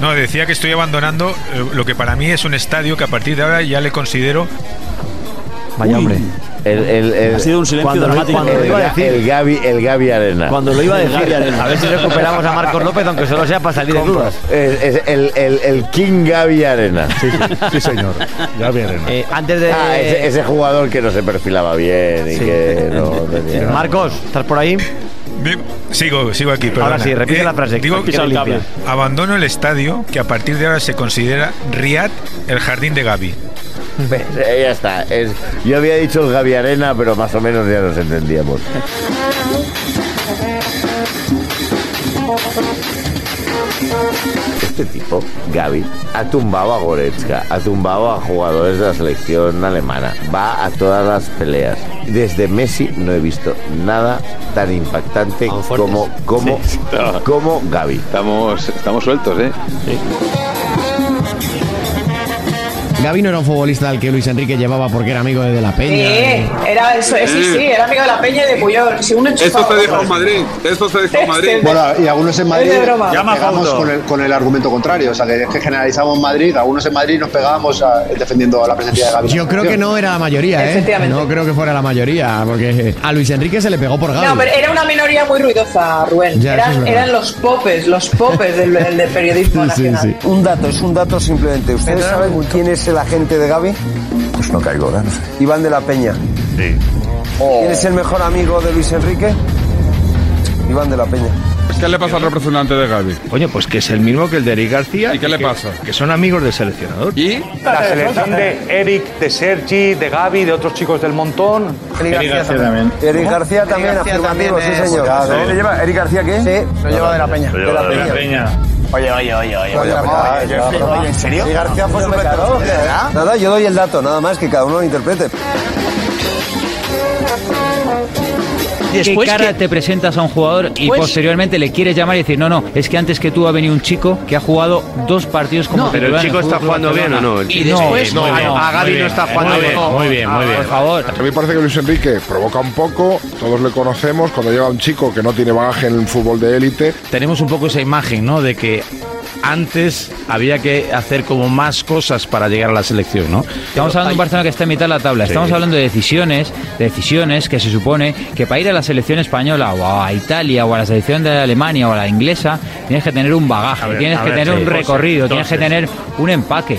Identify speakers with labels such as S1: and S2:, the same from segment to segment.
S1: No, decía que estoy abandonando eh, lo que para mí es un estadio que a partir de ahora ya le considero.
S2: Vaya hombre.
S3: El, el, el-
S2: Ha sido un silencio
S3: cuando lo-
S2: dramático.
S3: cuando
S2: Cuando
S3: el,
S2: lo iba a
S3: Ga-
S2: decir.
S3: el Gavi, el Gavi Arena.
S2: Cuando lo iba a decir,
S3: Arena.
S2: a ver si recuperamos a Marcos López, aunque solo sea para salir de dudas.
S3: Es, es el, el, el King Gavi Arena.
S4: Sí, señor. Ya vienen.
S2: Eh, antes de.
S3: Ah, ese, ese jugador que no se perfilaba bien y
S2: Sí.
S3: que no tenía-
S2: Marcos, ¿estás por ahí?
S1: Bien, Sigo, sigo aquí, perdona.
S2: Ahora sí, repite
S1: Eh,
S2: la frase.
S1: Digo,
S2: que
S4: el cable.
S1: abandono el estadio que a partir de ahora se considera Riad el jardín de Gaby.
S3: Pues, eh, ya está. Es- yo había dicho el Gavi Arena, pero más o menos ya nos entendíamos. Este tipo, Gavi, ha tumbado a Goretzka, ha tumbado a jugadores de la selección alemana, va a todas las peleas. Desde Messi no he visto nada tan impactante
S2: Vamos fuertes.
S3: como, como, como Gavi.
S5: Estamos, estamos sueltos, ¿eh?
S6: Gaby no era un futbolista al que Luis Enrique llevaba porque era amigo de, De la Peña.
S7: Sí, era eso, eh, sí, sí, era amigo de la Peña y de Puyol. Si uno
S5: Esto te
S7: enchufaba-
S5: deja en Madrid. Esto te deja en Madrid.
S4: Bueno, y algunos en Madrid
S7: Es de broma.
S4: pegamos con el, con el argumento contrario, o sea, que, es que generalizamos Madrid, algunos en Madrid nos pegábamos a- defendiendo la presencia de Gaby.
S6: Yo creo que no era la mayoría, ¿eh?
S7: Efectivamente.
S6: No creo que fuera la mayoría, porque a Luis Enrique se le pegó por Gaby.
S7: No, pero era una minoría muy ruidosa, Rubén.
S6: Ya, eso
S7: eran,
S6: es verdad.
S7: eran los popes, los popes del, del- del periodismo
S6: Sí, sí,
S7: nacional.
S6: sí.
S4: Un dato, es un dato simplemente. ¿Ustedes saben quién es el agente de Gaby?
S3: Pues no caigo, ¿verdad?
S4: Iván de la Peña. Sí. ¿Quién es el mejor amigo de Luis Enrique? Iván de la Peña.
S5: ¿Qué le pasa al representante de Gaby?
S2: Coño, pues que es el mismo que el de Eric García.
S5: ¿Y qué le pasa?
S2: Que son amigos del seleccionador.
S5: ¿Y?
S4: La selección de Eric, de Sergi, de Gaby, de otros chicos del montón. Eric García también. Eric García también, afirmativo, sí señor. ¿Le lleva ¿Eric García qué? Sí, lo lleva de la Peña. De la Peña. Oye, oye, oye, oye. Oye, ¿en serio? Eric García fue su ¿verdad? Nada, yo doy el dato, nada más que cada uno lo interprete.
S2: Después ¿Qué cara te presentas a un jugador y posteriormente le quieres llamar y decir, no, no, es que antes que tú ha venido un chico que ha jugado dos partidos como
S6: No, pero
S2: titular en el Fútbol Club Barcelona? Y después, no, a Gaby no está jugando
S6: bien,
S2: Muy bien, muy bien. Por favor.
S4: A mí parece que Luis Enrique provoca un poco, todos le conocemos, cuando llega un chico que no tiene bagaje en el fútbol de élite,
S2: tenemos un poco esa imagen, ¿no? De que antes había que hacer como más cosas para llegar a la selección, ¿no? Estamos hablando de un Barcelona que está en mitad de la tabla. Estamos hablando de decisiones, de decisiones que se supone que para ir a la selección española o a Italia o a la selección de Alemania o a la inglesa tienes que tener un bagaje, tienes que tener un recorrido, tienes que tener un empaque.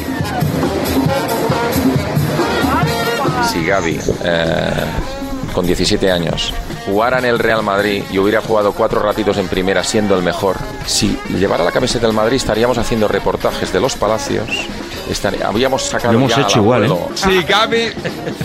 S5: Si Gaby, eh, con 17 años, jugara en el Real Madrid y hubiera jugado cuatro ratitos en primera siendo el mejor, si llevara la camiseta del Madrid estaríamos haciendo reportajes de los palacios. estar- habíamos sacado
S2: Lo hemos
S5: ya al
S2: hecho igual,
S5: abuelo.
S2: ¿eh?
S5: Si Gaby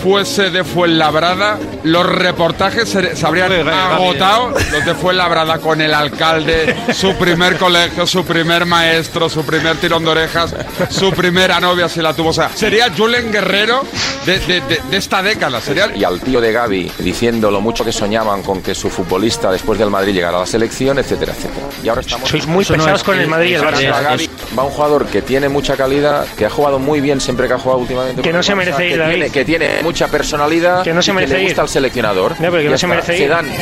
S5: fuese de Fuenlabrada, los reportajes se, se habrían agotado. Los de Fuenlabrada con el alcalde, su primer colegio, su primer maestro, su primer tirón de orejas, su primera novia si la tuvo. O sea, sería Julen Guerrero de, de- de- de esta década. Sería... Y al tío de Gaby diciendo lo mucho que soñaban con que su futbolista después del Madrid llegara a la selección, etcétera, etcétera. Y ahora estamos...
S2: Muy pesados con el Madrid
S5: Ahora Gavi va un jugador que tiene mucha calidad, que ha jugado muy bien siempre que ha jugado últimamente.
S2: Que no se merece ir,
S5: que
S2: David.
S5: tiene, que tiene mucha personalidad.
S2: Que no se
S5: y
S2: merece
S5: le gusta
S2: ir.
S5: al seleccionador.
S2: No, pero que
S5: Ya
S2: no se
S5: está.
S2: merece ir.
S5: Zidane.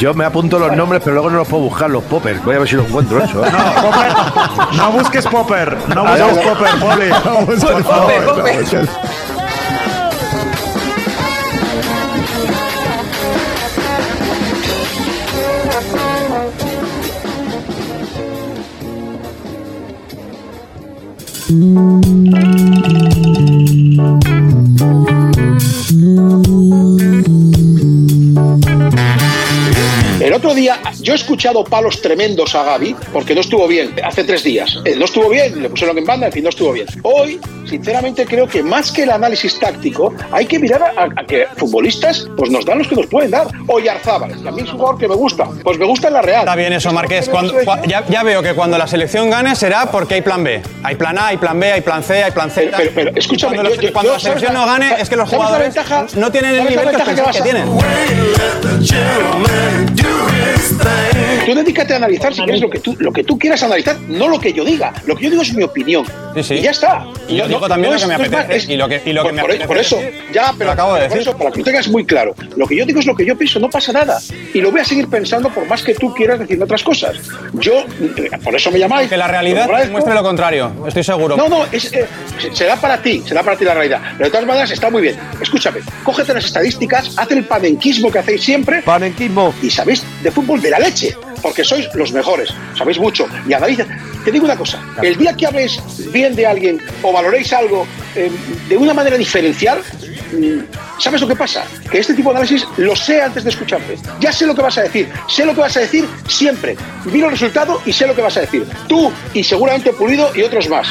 S8: Yo me apunto los nombres, pero luego no los puedo buscar, los poppers. Voy a ver si los encuentro eso. ¿eh?
S9: No, Popper, no busques Popper. No
S8: Ah,
S9: busques
S8: no.
S9: Popper, Poli.
S8: No busques
S9: Por
S8: Popper,
S9: favor.
S8: Popper.
S10: El otro día yo he escuchado palos tremendos a Gaby porque no estuvo bien hace tres días. Eh, no estuvo bien, le pusieron en banda, en fin, no estuvo bien. Hoy, sinceramente, creo que más que el análisis táctico, hay que mirar a, a que futbolistas pues nos dan los que nos pueden dar. O Yarzábal, que a mí es un jugador que me gusta. Pues me gusta en la Real.
S2: Está bien eso, Marqués. Cuando- cua- ya, ya veo que cuando la selección gane será porque hay plan B. Hay plan A, hay plan B, hay plan C, hay plan C.
S10: Pero- pero escúchame,
S2: cuando, la-
S10: yo- yo-
S2: cuando
S10: yo-
S2: la selección
S10: ¿sabes la-
S2: no gane es que los
S10: ¿sabes la
S2: jugadores
S10: ventaja?
S2: no tienen el
S10: ¿Sabes la
S2: nivel que,
S10: ventaja que
S2: pensáis que
S10: vas a-
S2: tienen.
S10: Tú dedícate a analizar si quieres lo que tú, lo que tú quieras analizar, no lo que yo diga. Lo que yo digo es mi opinión. Y ya está.
S2: Y yo
S10: No-
S2: digo
S10: no-
S2: también
S10: no
S2: lo que
S10: es-
S2: me
S10: no es más,
S2: apetece
S10: es-
S2: y lo que, y lo que
S10: por,
S2: me
S10: por-
S2: apetece
S10: por eso,
S2: decir.
S10: ya, pero
S2: Lo acabo de
S10: por
S2: decir.
S10: eso, para que lo tengas muy claro, lo que yo digo es lo que yo pienso, no pasa nada. Y lo voy a seguir pensando por más que tú quieras decirme otras cosas. Yo, eh, por eso me llamáis.
S2: Que la realidad muestre lo contrario, estoy seguro.
S10: No, no, es, eh, se- será para ti, será para ti la realidad. Pero de todas maneras está muy bien. Escúchame, cógete las estadísticas, haz el panenquismo que hacéis siempre. Panenquismo. Y sabéis de fútbol de la leche, porque sois los mejores, sabéis mucho. Y analiza. Te digo una cosa, el día que habléis bien de alguien o valoréis algo eh, de una manera diferencial, mm, ¿sabes lo que pasa? Que este tipo de análisis lo sé antes de escucharte. Ya sé lo que vas a decir, sé lo que vas a decir siempre. Miro el resultado y sé lo que vas a decir. Tú y seguramente Pulido y otros más.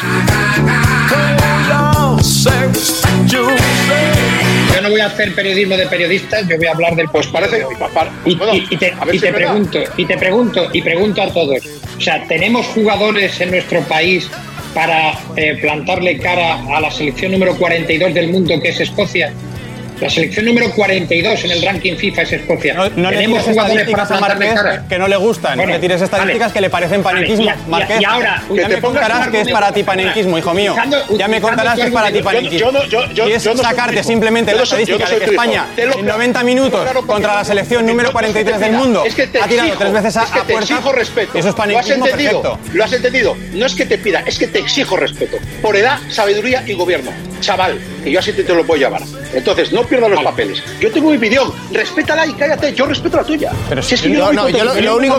S11: Yo no voy a hacer periodismo de periodistas, yo voy a hablar del pues parece y, y- y te, y
S10: si
S11: te
S10: es verdad.
S11: pregunto y te pregunto y pregunto a todos. O sea, tenemos jugadores en nuestro país para eh, plantarle cara a la selección número 42 del mundo que es Escocia. La selección número 42 en el ranking FIFA es Escocia.
S2: No le
S11: tenemos
S2: tires
S11: jugadores para
S2: estadísticas a
S11: plantarle
S2: Marqués
S11: cara.
S2: que no le gustan.
S11: ¿eh? Bueno,
S2: no le tires estadísticas
S11: vale.
S2: que le parecen
S11: Vale,
S2: panenquismo.
S11: y a- y a-
S2: Marqués,
S11: y ahora,
S2: ya
S11: que
S2: me
S11: te pongas
S2: contarás
S11: tú
S2: que es
S11: argumento.
S2: para ti panenquismo, hijo mío.
S11: Usando-
S2: ya me
S11: usando
S2: contarás
S11: tu
S2: que es para ti
S11: argumento. Yo- yo
S2: panenquismo.
S11: no- yo- yo-
S2: y es
S11: yo no soy
S2: sacarte
S11: tu hijo.
S2: simplemente
S11: Yo
S2: la
S11: no soy- yo no
S2: estadística
S11: soy
S2: de
S11: tu
S2: que
S11: hijo.
S2: España,
S11: Te lo
S2: en 90 minutos, contra la selección número 43 del mundo,
S10: Es que te
S2: ha tirado
S10: exijo,
S2: tres veces a,
S10: es que
S2: a
S10: te
S2: puerta.
S10: exijo respeto.
S2: Eso es
S10: ¿Lo has
S2: panenquismo
S10: entendido?
S2: perfecto.
S10: ¿Lo has entendido? No es que te pida, es que te exijo respeto. Por edad, sabiduría y gobierno. Chaval, que yo así te, te lo puedo llamar. Entonces, no pierdas los papeles. Yo tengo mi opinión. Respétala y cállate. Yo respeto la tuya. Si es que yo voy con tu opinión, es que yo no voy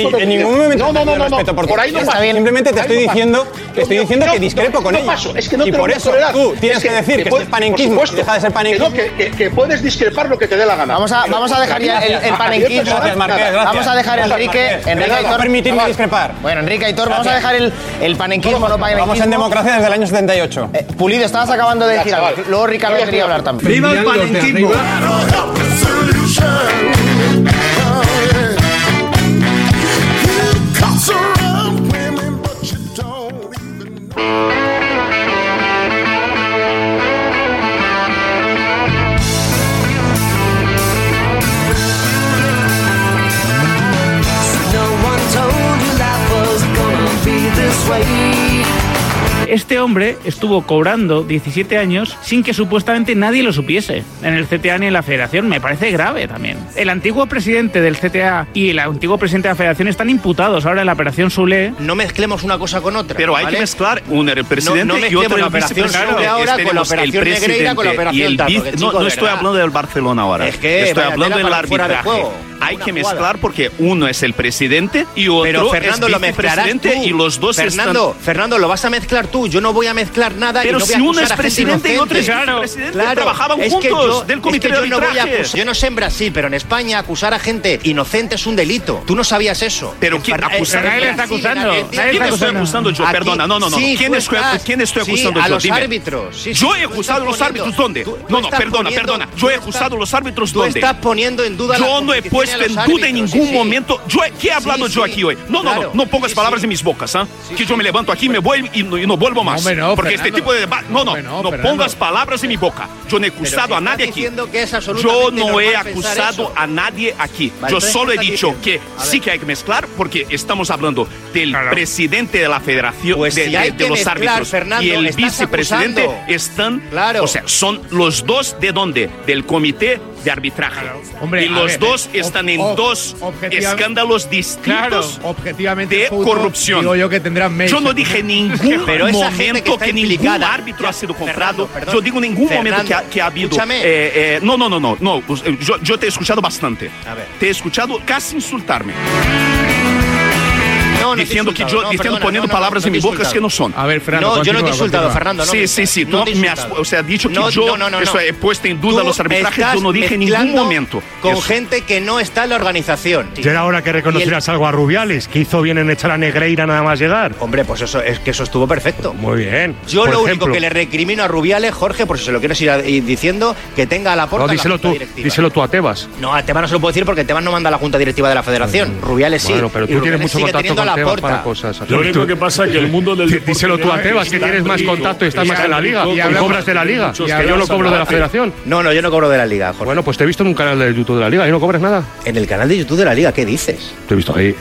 S10: con tu
S2: en ningún
S10: opinión.
S2: momento
S10: No, no, no, no.
S2: respeto por
S10: Por ahí no pasa.
S2: Simplemente te
S10: Por ahí
S2: estoy
S10: no pasa.
S2: diciendo, te estoy diciendo que discrepo con
S10: no
S2: ella.
S10: paso, es que no
S2: y
S10: te lo
S2: por
S10: voy a
S2: eso
S10: tolerar.
S2: tú tienes
S10: Es
S2: que,
S10: que-
S2: decir
S10: que
S2: que,
S10: puedes-
S2: es panenquismo,
S10: por supuesto.
S2: deja de ser panenquismo.
S10: Que, que- que puedes discrepar lo que te dé la gana.
S12: Vamos a, vamos a dejar ya el, el panenquismo.
S2: Gracias, Marqués, gracias.
S12: Vamos a dejar a
S2: Gracias,
S12: Enrique,
S2: Marqués.
S12: Enrique
S2: Nada,
S12: Aitor.
S2: permitirme discrepar.
S12: Bueno, Enrique Aitor, vamos a
S2: Gracias.
S12: dejar el, el panenquismo, no panenquismo.
S2: Vamos en democracia desde el año 78.
S12: Pulido, estabas acabando de
S2: Ya,
S12: decir algo.
S2: chaval.
S12: Luego Ricardo
S2: Voy a
S12: quería
S2: decir-
S12: hablar también.
S2: ¡Viva el panenquismo!
S1: Este hombre estuvo cobrando 17 años sin que supuestamente nadie lo supiese en el CTA ni en la Federación. Me parece grave también. El antiguo presidente del CTA y el antiguo presidente de la Federación están imputados ahora en la operación Sule.
S13: No mezclemos una cosa con otra.
S4: Pero hay
S13: ¿vale?
S4: que mezclar un el presidente
S13: No- no
S4: y otro
S13: mezclemos
S4: el
S13: la operación
S4: vicepresidente.
S13: Segura ahora con
S4: Tenemos
S13: la
S4: el
S13: operación Negreira
S4: presidente
S13: con la
S4: y el
S13: operación Tato,
S4: vice-
S13: que,
S4: No,
S13: chico,
S4: no
S13: de
S4: estoy
S13: verdad.
S4: hablando del Barcelona ahora.
S13: Es que
S4: estoy
S13: vaya
S4: hablando
S13: tela
S4: del
S13: para fuera de
S4: arbitraje.
S13: juego.
S4: Hay
S13: Una
S4: que
S13: jugada.
S4: mezclar porque uno es el presidente y otro
S13: Pero eh, Fernando
S4: es
S13: lo mezclarás tú.
S4: vicepresidente y los dos
S13: Fernando,
S4: están...
S13: Fernando, lo vas a mezclar tú. Yo no voy a mezclar nada. y
S4: Pero
S13: no voy a
S4: si uno
S13: acusar
S4: es
S13: a gente
S4: presidente y otro es
S13: inocente.
S4: vicepresidente, trabajaban
S13: es que
S4: juntos
S13: yo-
S4: del
S13: es
S4: comité
S13: que
S4: de
S13: yo no voy a
S4: arbitraje.
S13: acusar- Yo no sé en Brasil, pero en España acusar a gente inocente es un delito. Tú no sabías eso.
S4: Pero ¿quién acusar? ¿Quién estoy acusando yo?
S13: A ti.
S4: Perdona, no, no, no.
S13: Sí,
S4: ¿Quién,
S13: tú
S4: estoy,
S13: estás.
S4: ¿Quién estoy
S13: Sí,
S4: acusando
S13: a
S4: yo?
S13: los
S4: Dime.
S13: árbitros. Sí, sí,
S4: yo he
S13: tú estás
S4: acusado a los
S13: poniendo-
S4: árbitros dónde?
S13: tú- tú
S4: no, no,
S13: estás
S4: perdona,
S13: poniendo-
S4: perdona. Yo he acusado a los árbitros
S13: Tú
S4: dónde?
S13: estás poniendo en duda la
S4: Yo no he
S13: competición
S4: puesto
S13: de los
S4: en duda en
S13: árbitros,
S4: ningún
S13: sí, sí.
S4: momento. Yo, ¿Qué he hablado yo aquí hoy? No, no,
S13: claro.
S4: no. No pongas palabras en mis bocas, ¿ah? que yo me levanto aquí, me voy y no, y no vuelvo más.
S13: hombre, no,
S4: porque este
S13: Fernando.
S4: tipo de debate. No, no,
S13: Hombre, no,
S4: no,
S13: Fernando.
S4: pongas palabras en mi boca. Yo no he acusado
S13: Pero
S4: a
S13: si
S4: nadie
S13: estás
S4: aquí.
S13: diciendo que es absolutamente
S4: Yo no he
S13: normal pensar
S4: acusado
S13: eso.
S4: a nadie aquí.
S13: Vale,
S4: Yo
S13: entonces,
S4: solo
S13: ¿qué
S4: he
S13: estás
S4: dicho que
S13: diciendo? A
S4: sí
S13: ver.
S4: que hay que mezclar porque estamos hablando del presidente de la federación,
S13: Pues
S4: de,
S13: si
S4: de-
S13: hay
S4: de
S13: que
S4: los
S13: mezclar,
S4: árbitros
S13: Fernando,
S4: y el
S13: estás
S4: vicepresidente
S13: acusando.
S4: están, o sea, son los dos de dónde, del comité
S10: de arbitraje.
S1: Hombre,
S10: y
S1: a
S10: los
S1: ver,
S10: dos
S1: ob-
S10: están en
S1: ob-
S10: dos
S1: objetiva-
S10: escándalos distintos
S1: Claro, objetivamente
S10: de
S1: el fútbol,
S10: corrupción.
S1: digo yo que tendrán meses.
S10: Yo no dije ningún
S1: Pero esa gente que
S10: momento
S1: está
S10: que, ningún
S1: implicada-
S10: árbitro ha sido comprado.
S1: perdón.
S10: yo digo ningún momento que ha,
S1: Fernando,
S10: que ha habido.
S1: escúchame.
S10: eh, eh, no, no, no, no. no yo, yo te he escuchado bastante.
S4: A ver.
S10: Te he escuchado casi insultarme.
S4: No, no te he
S10: diciendo que
S4: insultado,
S10: yo
S4: no,
S10: diciendo
S4: perdona,
S10: poniendo
S4: no, no,
S10: palabras
S4: no
S10: en
S4: te
S10: mi
S4: he
S10: boca
S4: insultado.
S10: que no son.
S4: A ver, Fernando,
S10: No, yo no
S4: continúa,
S10: te he insultado,
S4: continúa.
S10: Fernando. no
S4: Sí,
S10: me-
S4: sí, sí, tú
S10: no
S4: no te he
S10: me has-
S4: insultado.
S10: o sea, ha dicho que
S4: No,
S10: yo
S4: no, no, no,
S10: eso,
S4: no.
S2: é
S10: he puesto en duda
S4: Tú
S10: los arbitrajes.
S4: estás
S10: Yo no dije en ningún
S4: mezclando
S10: momento.
S4: Con
S10: eso.
S4: gente que no está en la organización.
S2: Ya era hora que reconocieras algo a Rubiales, que hizo bien en echar a Negreira nada más llegar.
S4: Hombre, pues eso es que eso estuvo perfecto.
S2: Muy bien.
S4: Yo
S2: Por
S4: lo único
S2: ejemplo,
S4: que le recrimino a Rubiales, Jorge, por si se lo quieres ir, a- ir diciendo, que tenga a la puerta
S2: No, díselo
S4: la junta
S2: tú,
S4: directiva.
S2: díselo tú a Tebas.
S4: No, a Tebas no se lo puedo decir porque Tebas no manda a la junta directiva de la federación. Rubiales sí.
S2: Bueno, pero
S4: Y
S2: tú tienes
S4: Rubiales
S2: mucho
S4: sigue
S2: contacto con
S4: teniendo a la
S2: Tebas
S4: puerta.
S2: para cosas.
S14: Lo único que pasa es que el mundo del deporte
S2: díselo tú a
S14: ya
S2: Tebas, que
S14: está
S2: tienes más
S14: rico,
S2: contacto y estás
S14: que
S2: más
S14: está
S2: en la liga.
S14: rico,
S2: Y,
S14: que
S2: cobras de la liga,
S4: muchos
S2: que yo lo
S4: hablamos
S2: cobro de la
S4: aparte.
S2: federación.
S4: No, no, yo no cobro de la liga, Jorge.
S2: Bueno, pues te he visto en un canal de YouTube de la liga y no cobras nada.
S4: En el canal de YouTube de la liga, ¿qué dices?
S2: Te he visto ahí.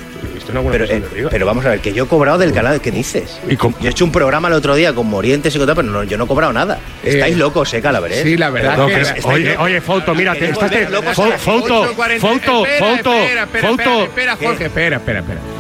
S4: Pero, eh, pero vamos a ver, que yo he cobrado del canal, ¿qué dices? Yo he hecho un programa el otro día con Morientes y con tal, pero no, yo no he cobrado nada. Estáis locos, eh, Calaveres.
S2: sí, la verdad
S4: Pero
S2: que-
S4: estáis
S2: oye,
S4: locos.
S2: oye, Fouto, mira, te-
S4: Queréis
S2: estás-
S4: volver locos
S2: Fou-
S4: a la gente.
S2: Fouto, Fouto, Fouto,
S1: espera, espera, espera, espera, espera, Jorge, espera, espera, espera.